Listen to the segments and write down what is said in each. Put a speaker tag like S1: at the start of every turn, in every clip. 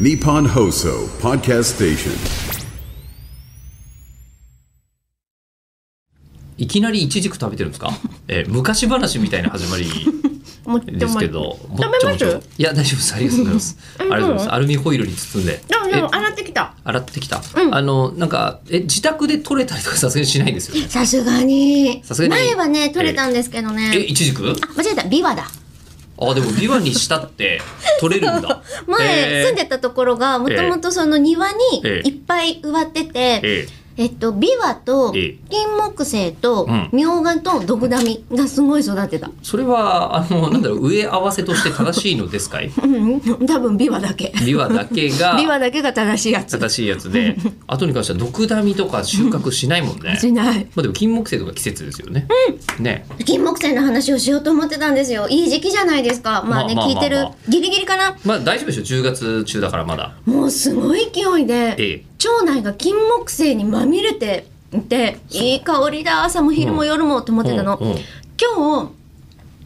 S1: Nippon Hoso Podcast Station.
S2: いきなりイチジク食べてるん ですかえー昔話みたいな始まり
S3: もち
S2: ですけど
S3: 食べ
S2: ちょ
S3: ま
S2: もちょ
S3: す
S2: もちょいや大丈夫ですありがとうござい ますあ
S3: う
S2: りがとうござ
S3: ん
S2: いますアルミホイルに包んで
S3: でもで
S2: え
S3: も洗ってきた
S2: 洗ってきた、あのなんかえ自宅で取れたりとかさすがにしないんですよね
S3: さすがに
S2: さすがに
S3: 前はね取れたんですけど
S2: え
S3: ね
S2: イチジク
S3: あ間違えたビワだ
S2: あでもビワにしたって取れるんだ
S3: 前、住んでたところがもともとその庭に
S2: ええ
S3: いっぱい植わってて、
S2: えーえ
S3: えっと、ビワと
S2: ええ
S3: 金木犀と
S2: うん
S3: ミョウガとドクダミがすごい育てた、
S2: ーそれはあのなんだろう植え合わせとして正しいのです かい
S3: うん、多分ビワだけ
S2: ビワだけが
S3: ビワだけが正しいやつ
S2: 正しいやつ で後に関しては毒ダミとか収穫しないもんね
S3: しない
S2: まあでも金木犀とか季節ですよね、ね
S3: 金木犀の話をしようと思ってたんですよいい時期じゃないですかまあね、
S2: まあまあ
S3: 聞いてる、
S2: まあま
S3: ギリギリかな
S2: まあ大丈夫でしょ10月中だからまだ
S3: もうすごい勢いで、
S2: ええ
S3: 町内が金木犀にまみれていていい香りだ朝も昼も夜もと思ってたの、
S2: うんうん
S3: 今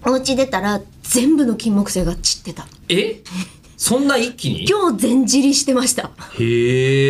S3: 日お家出たら全部の金木犀が散ってた
S2: えそんな一気に
S3: 今日全散りしてました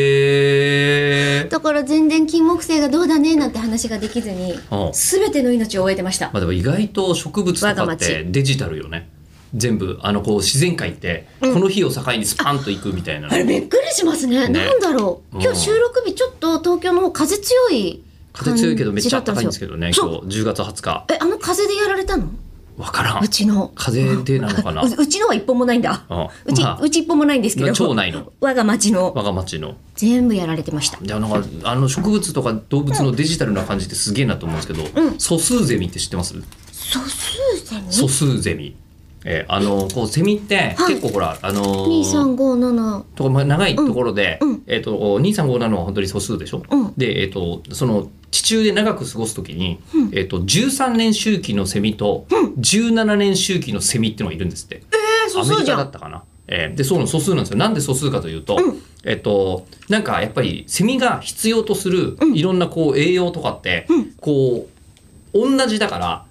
S2: へえ
S3: だから全然金木犀がどうだねなんて話ができずに
S2: うん
S3: 全ての命を終えてました
S2: まあでも意外と植物と
S3: 我が
S2: かっ
S3: 町
S2: てデジタルよね全部あのこう自然界ってこの日を境にスパンと行くみたいな、
S3: あれびっくりしますね
S2: ね
S3: なんだろう今
S2: うん
S3: 日収録日ちょっと東京の方風強い
S2: 風強いけどめっちゃ暖かいんですけどね
S3: そ
S2: 今
S3: う
S2: 日10月20日
S3: えあの風でやられたの
S2: わからん
S3: うちの
S2: 風でなのかな
S3: ううちのは一本もないんだ
S2: あ
S3: うち、
S2: まあ
S3: うち一本もないんですけど
S2: 町内の
S3: 我が町の
S2: 我が町の
S3: 全部やられてました
S2: いやなんかあの植物とか動物のデジタルな感じってすげえなと思うんですけど、
S3: うん
S2: 素数ゼミって知ってます
S3: 素数ゼミ
S2: 素数ゼミ、えーあのこうセミって
S3: はい
S2: 結構ほら、あのー
S3: 二三五七
S2: とこまあ長いところで、
S3: うんうん
S2: えっ、と2357のは本当に素数でしょ、
S3: うん
S2: でえっ、とその地中で長く過ごすときに、えっと13年周期のセミと17年周期のセミってのがいるんですって、
S3: え素
S2: アメ
S3: 数
S2: リ
S3: じ
S2: カ
S3: ゃ
S2: だ
S3: ん
S2: ったかな。えーでそうなの素数なんですよなんで素数かというと、
S3: うん
S2: えっとなんかやっぱりセミが必要とするいろんなこう栄養とかって、こう同じだから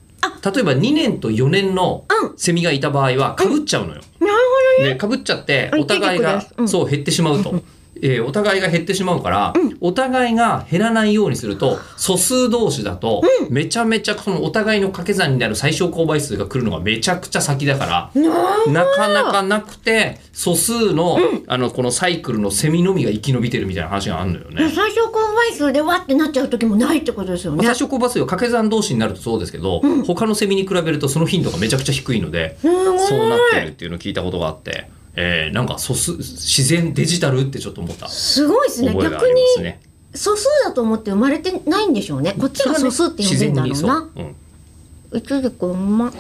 S2: 例えば2年と4年の
S3: う
S2: セミがいた場合はかぶっちゃうのよ。
S3: なる
S2: でかぶっちゃって
S3: あ
S2: お互い
S3: 一
S2: が
S3: 時期ですうん
S2: そう減ってしまうと。えーお互いが減ってしまうから、お互いが減らないようにすると素数同士だと、めちゃめちゃそのお互いの掛け算になる最小公倍数が来るのがめちゃくちゃ先だから、
S3: ほどな
S2: なかなかなくて素数の,、あのこのサイクルのセミのみが生き延びてるみたいな話があるのよ
S3: あ
S2: ね。
S3: 最初公倍数でわってなっちゃう時もないってことですよ
S2: まあ
S3: ね
S2: 最小公倍数が掛け算同士になるとそうですけど、他のセミに比べるとその頻度がめちゃくちゃ低いので、
S3: すごい
S2: そうなってるっていうのを聞いたことがあって、えーなんか素数自然デジタルってちょっと思った覚
S3: すごいですね
S2: えがあ
S3: 逆
S2: り
S3: に
S2: ますね。
S3: 素数だと思って生まれてないんでしょうねこっちが素数って呼んでんだろう
S2: それは
S3: な
S2: ね自然にそううん
S3: うちでこうま